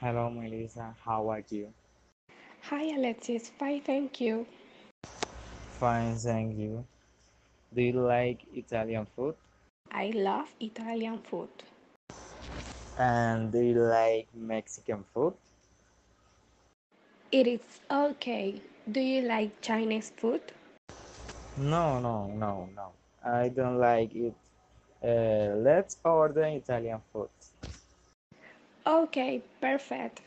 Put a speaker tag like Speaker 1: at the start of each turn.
Speaker 1: Hello, Melissa. How are you?
Speaker 2: Hi, Alexis. Fine, thank you.
Speaker 1: Fine, thank you. Do you like Italian food?
Speaker 2: I love Italian food.
Speaker 1: And do you like Mexican food?
Speaker 2: It is okay. Do you like Chinese food?
Speaker 1: No, no, no, no. I don't like it. Uh, let's order Italian food.
Speaker 2: Okay, perfect.